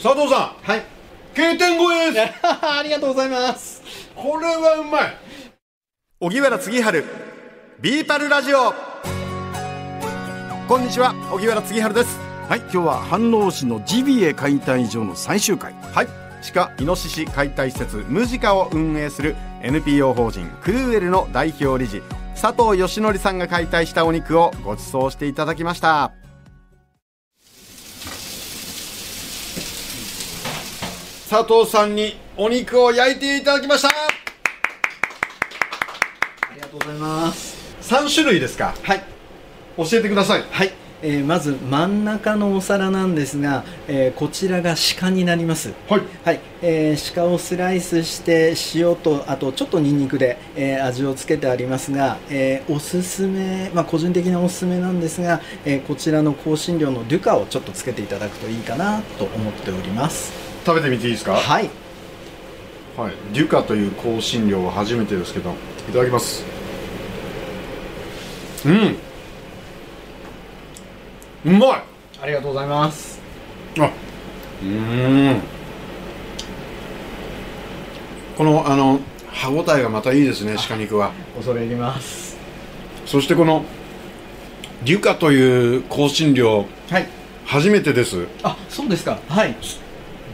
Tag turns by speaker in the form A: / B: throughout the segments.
A: 佐藤さん
B: はい
A: K 点超えです
B: ありがとうございます
A: これはうまい
C: 小木原次春ビーパルラジオこんにちは小木原次春です
D: はい今日は飯能市のジビエ解体場の最終回
C: はい鹿イノシシ解体施設ムジカを運営する NPO 法人クルーエルの代表理事佐藤義則さんが解体したお肉をご馳走していただきました
A: 佐藤さんにお肉を焼いていただきました
B: ありがとうございます
A: 3種類ですか
B: はい
A: 教えてください
B: はい、えーまず真ん中のお皿なんですが、えーこちらが鹿になります
A: はい
B: はい、えー鹿をスライスして塩とあとちょっとニンニクで、えー味をつけてありますが、えーおすすめ、まあ、個人的なおすすめなんですが、えーこちらの香辛料のデュカをちょっとつけていただくといいかなと思っております
A: 食べてみていいですか
B: はい
A: はいデュカという香辛料は初めてですけどいただきますうんうまい
B: ありがとうございます
A: あうーんこのあの歯ごたえがまたいいですね鹿肉は
B: 恐れ入ります
A: そしてこのデュカという香辛料
B: はい
A: 初めてです
B: あそうですかはい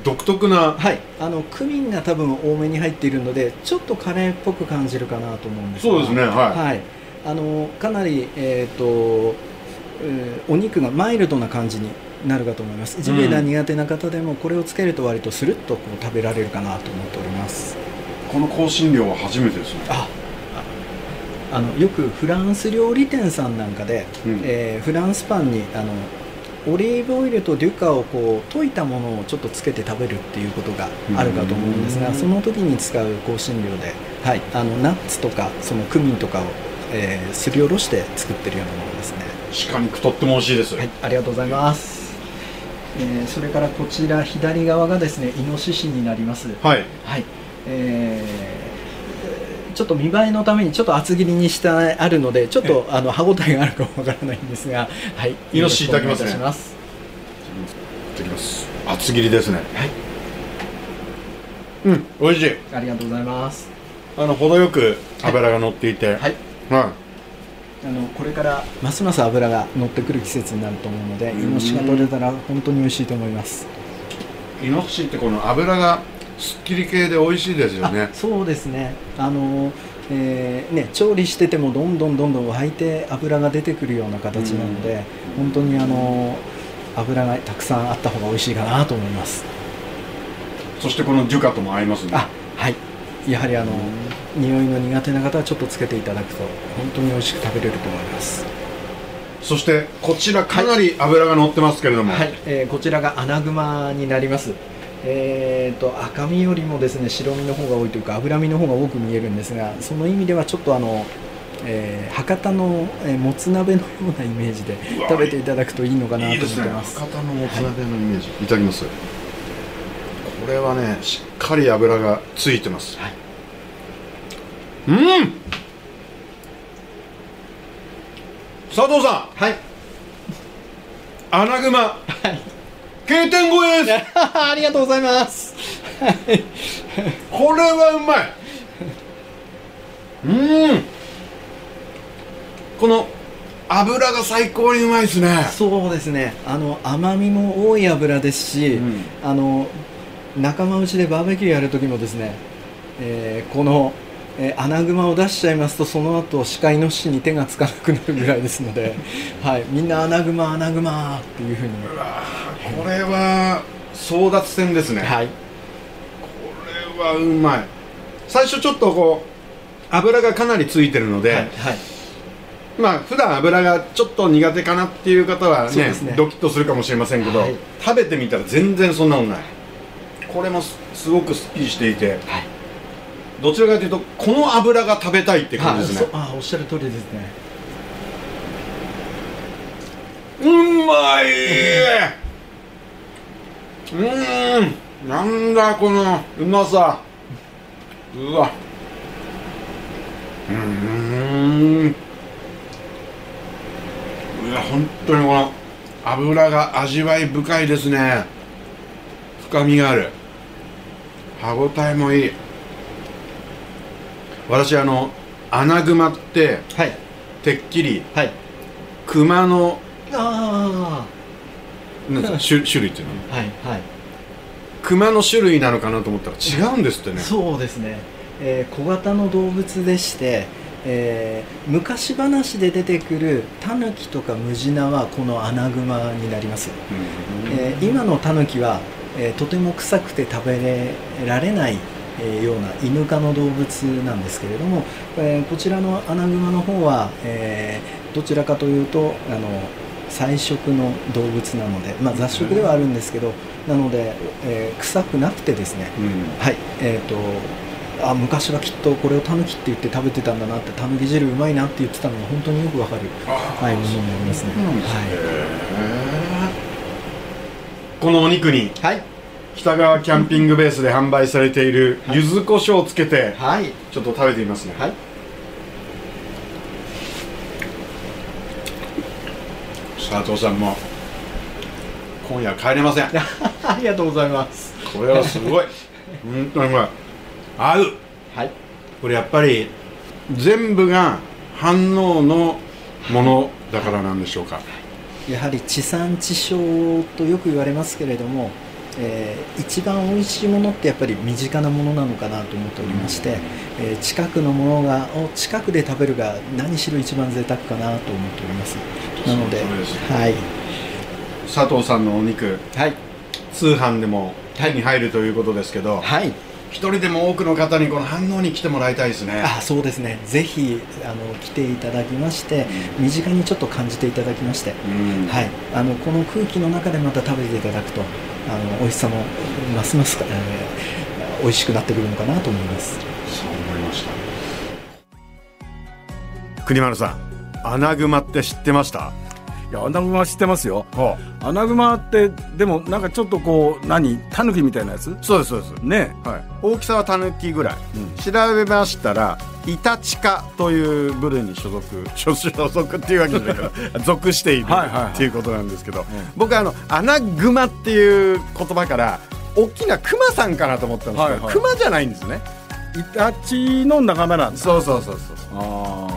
A: 独特な
B: はいあのクミンが多分多めに入っているのでちょっとカレーっぽく感じるかなと思うんですが
A: そうですねは
B: はい、あのかなり、えーとえーお肉がマイルドな感じになるかと思いますジビエが苦手な方でもこれをつけると割とスルッとこう食べられるかなと思っております
A: いこの香辛料は初めてですね
B: ああのよくフランス料理店さんなんかで、
A: うん
B: えーフランスパンにあのオリーブオイルとデュカをこう溶いたものをちょっとつけて食べるっていうことがあるかと思うんです
A: う
B: が
A: ん
B: その時に使う香辛料で、はい、あのナッツとかそのクミンとかを、えーすりおろして作ってるようなものですね
A: 鹿肉とっても美味しいです、
B: はいありがとうございます、えーそれからこちら左側がですねイノシシになります
A: はい
B: はい、えーちょっと見栄えのためにちょっと厚切りにしてあるのでちょっとあの歯ごたえがあるかわからないんですが、はい、
A: イノシシいただきます
B: よ
A: ね
B: ろしくお願いいたし
A: いただきます厚切りですね
B: はい
A: うん美味しい
B: ますありがとうございます
A: あの程よく脂が乗っていて
B: はい
A: は
B: あのこれからますます脂が乗ってくる季節になると思うのでイノシシが取れたら本当に美味しいと思います
A: い、イノシシってこの脂がすっきり系で美味しいですよね
B: あそうですねあの、えーね調理しててもどんどんどんどん沸いて油が出てくるような形なので、本当にあの油がたくさんあった方が美味しいかなと思います
A: そしてこのデュカとも合いますね
B: あはいやはりあの、匂いの苦手な方はちょっとつけていただくと本当に美味しく食べれると思います
A: そしてこちらかなり脂が乗ってますけれども、
B: はい、えーこちらがアナグマになりますえー、と赤身よりもですね白身の方が多いというか脂身の方が多く見えるんですがその意味ではちょっとあの、えー博多の、えーもつ鍋のようなイメージで
A: うわ
B: 食べていただくといいのかない
A: い
B: と
A: で
B: 思っ
A: すね
B: てます
A: 博多のもつ鍋のイメージ、い、ただきますこれはねしっかり油がついてます、
B: はい
A: うん佐藤さん
B: はい、
A: アナグマ、K 点超えです
B: ありがとうございますはい
A: これはうまいうんこの油が最高にうまいですね
B: そうですねあの甘みも多い油ですし、
A: うん
B: あの仲間内でバーベキューやる時もですね、えーこの、えー、穴熊を出しちゃいますとその後鹿イノシシに手がつかなくなるぐらいですので、はい、みんな穴熊穴熊っていうふうに、
A: これは争奪戦ですね、
B: はい、
A: これはうまい最初ちょっとこう油がかなりついてるので、
B: はい
A: まあ普段油がちょっと苦手かなっていう方は
B: そう
A: ね
B: ですね
A: ドキッとするかもしれませんけど、
B: はい
A: 食べてみたら全然そんなことないこれもすすごくすっきりしていて、
B: はい
A: どちらかというとこの油が食べたいって感
B: はい
A: じです
B: そう
A: ね
B: あおっしゃる通りですね
A: うまいうーんなんだこのうまさうわうーんうわ本当にこの油が味わい深いですね
E: 深みがある歯ごたえもいい私あのアナグマって
B: はい
E: てっきり
B: はい
E: 熊の
B: あ
E: なんですか 種種類っていうの
B: あはいはい
E: 熊の種類なのかなと思ったら違うんですってね
B: そうですね、えー小型の動物でして、えー昔話で出てくるタヌキとかムジナはこのアナグマになります、えー今のタヌキは、えーとても臭くて食べられない、えーようなイヌ科の動物なんですけれども、えーこちらのアナグマの方は、えーどちらかというとあの菜食の動物なので、まあ、雑食ではあるんですけど、なので、えー臭くなくてですね
E: うんうん
B: はい、えっ、と、あ、昔はきっとこれをタヌキって言って食べてたんだなって、タヌキ汁うまいなって言ってたのが本当によくわかる。
E: あ
B: はい、ものになりますね。
E: そうなんですね
B: は
E: このお肉に
B: い。はい。
E: 北川キャンピングベースで販売されている
B: はい
E: 柚子胡椒をつけて
B: はい。
E: ちょっと食べてみますね
B: はい。
E: 佐藤さんも今夜帰れません
B: ありがとうございます。
E: これはす ごい本当にうまい合う
B: はい。
E: これやっぱり全部が反応のものだからなんでしょうか
B: やはり地産地消とよく言われますけれども、えー一番美味しいものってやっぱり身近なものなのかなと思っておりまして、えー近くのものがを近くで食べるが何しろ一番贅沢かなと思っておりますなので
E: そうです
B: はい
E: 佐藤さんのお肉
B: はい
E: 通販でも手に入るということですけど
B: はい
E: 一人でも多くの方にこの反応に来てもらいたいですね
B: あそうですねぜひあの来ていただきまして身近にちょっと感じていただきまして、
E: うん
B: はい、あのこの空気の中でまた食べていただくとあの美味しさもますます、えー美味しくなってくるのかなと思います
E: そう思いました
A: 国丸さんアナグマって知ってました
F: いやアナグマ知ってますよ
A: ほ
F: アナグマってでもなんかちょっとこう何タヌキみたいなやつ
A: うそうですそうです
F: ね
A: はい、大きさはタヌキぐらい、調べましたらイタチ科という部類に所属所所属っていうわけじゃないから 属している
F: はいはいはい
A: っていうことなんですけど、僕あのアナグマっていう言葉から大きなクマさんかなと思ったんですけど、
F: はいはい
A: クマじゃないんですね
F: イタチの仲間なんです
A: そうそうそうそうこ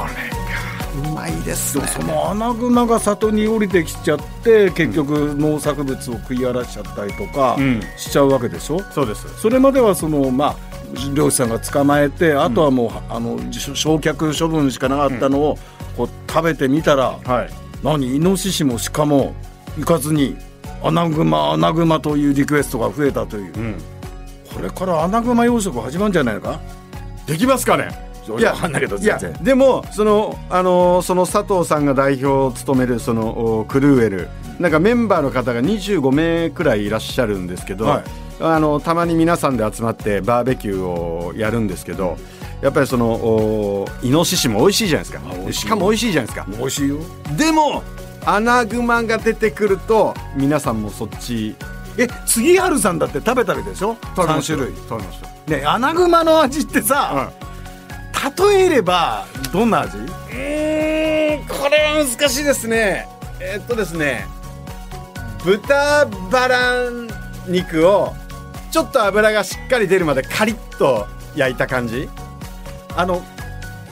F: あ
A: れがうまいです
F: で
A: ね
F: もそのアナグマが里に降りてきちゃって結局農作物を食い荒らしちゃったりとか
A: うん
F: しちゃうわけでしょ、
A: そうです
F: それまではそのまあ漁師さんが捕まえてあとはもう、あの焼却処分しかなかったのを、こう食べてみたら
A: はい
F: 何イノシシもシカも行かずにアナグマアナグマというリクエストが増えたという、
A: ん
F: これからアナグマ養殖始まるんじゃないのか
A: できますかね
F: いやわかんないけど全然
A: いやでもその、あのーその佐藤さんが代表を務めるそのおクルーエルなんかメンバーの方が25名くらいいらっしゃるんですけど、
F: はい
A: あのたまに皆さんで集まってバーベキューをやるんですけどやっぱりそのおイノシシも美味しいじゃないですかで
F: 美味しい
A: しかも美味しいじゃないですか
F: 美味しいよ
A: でもアナグマが出てくると皆さんもそっち
F: え杉原さんだって食べたりでしょ
A: 食べま
F: 3
A: した
F: 種類
A: 食べました
F: ねアナグマの味ってさ、例えればどんな味
A: うーんこれは難しいですねえーっとですね豚バラ肉をちょっと油がしっかり出るまでカリッと焼いた感じ
F: あの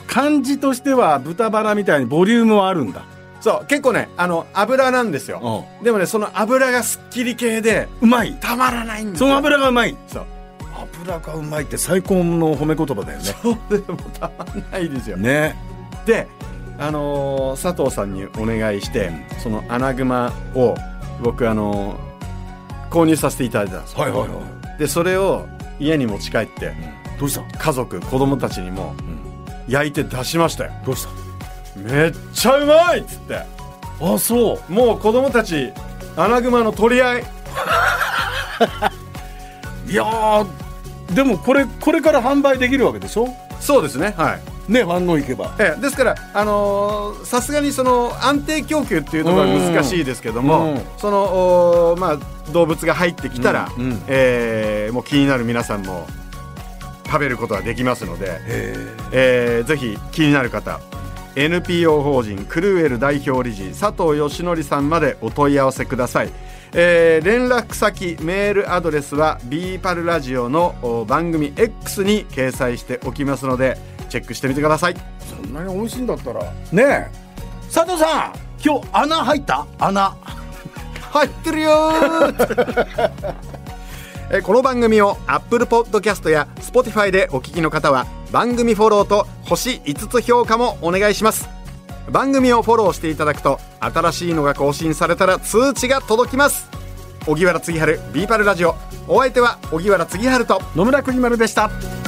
F: 感じとしては豚バラみたいにボリュームはあるんだ
A: そう結構ねあの油なんですよでもねその油がすっきり系で
F: うまい
A: たまらないんです
F: そ
A: よ
F: の油がうまい
A: そう
F: 油がうまいって最高の褒め言葉だよね
A: そうでもたまらないですよ
F: ね
A: で、あのー佐藤さんにお願いして、そのアナグマを僕、あのー購入させていただいたんですよ
F: はいはいは
A: でそれを家に持ち帰って
F: いどうした
A: 家族子供たちにも
F: ん
A: 焼いて出しましたよ
F: どうした
A: めっちゃうまいっつって
F: あそう
A: もう子供たちアナグマの取り合い
F: いやーでもこれこれから販売できるわけでしょ
A: そうですねはい
F: ね万能いけば
A: ええですからあのーさすがにその安定供給っていうところは難しいですけども、
F: うん
A: そのおーまあ動物が入ってきたら、
F: うんうん
A: えーもう気になる皆さんも食べることはできますので、えーぜひ気になる方 NPO 法人クルーエル代表理事佐藤義則さんまでお問い合わせくださいえー連絡先メールアドレスは b パルラジオのお番組 X に掲載しておきますのでチェックしてみてください
E: そんなに美味しいんだったら
F: ねえ佐藤さん今日穴入った穴
A: 入ってるよー えーこの番組を Apple Podcast や Spotify でお聞きの方は番組フォローと星5つ評価もお願いします番組をフォローしていただくと新しいのが更新されたら通知が届きます荻原次春ビーパルラジオお相手は荻原次春と
F: 野村国丸でした
A: た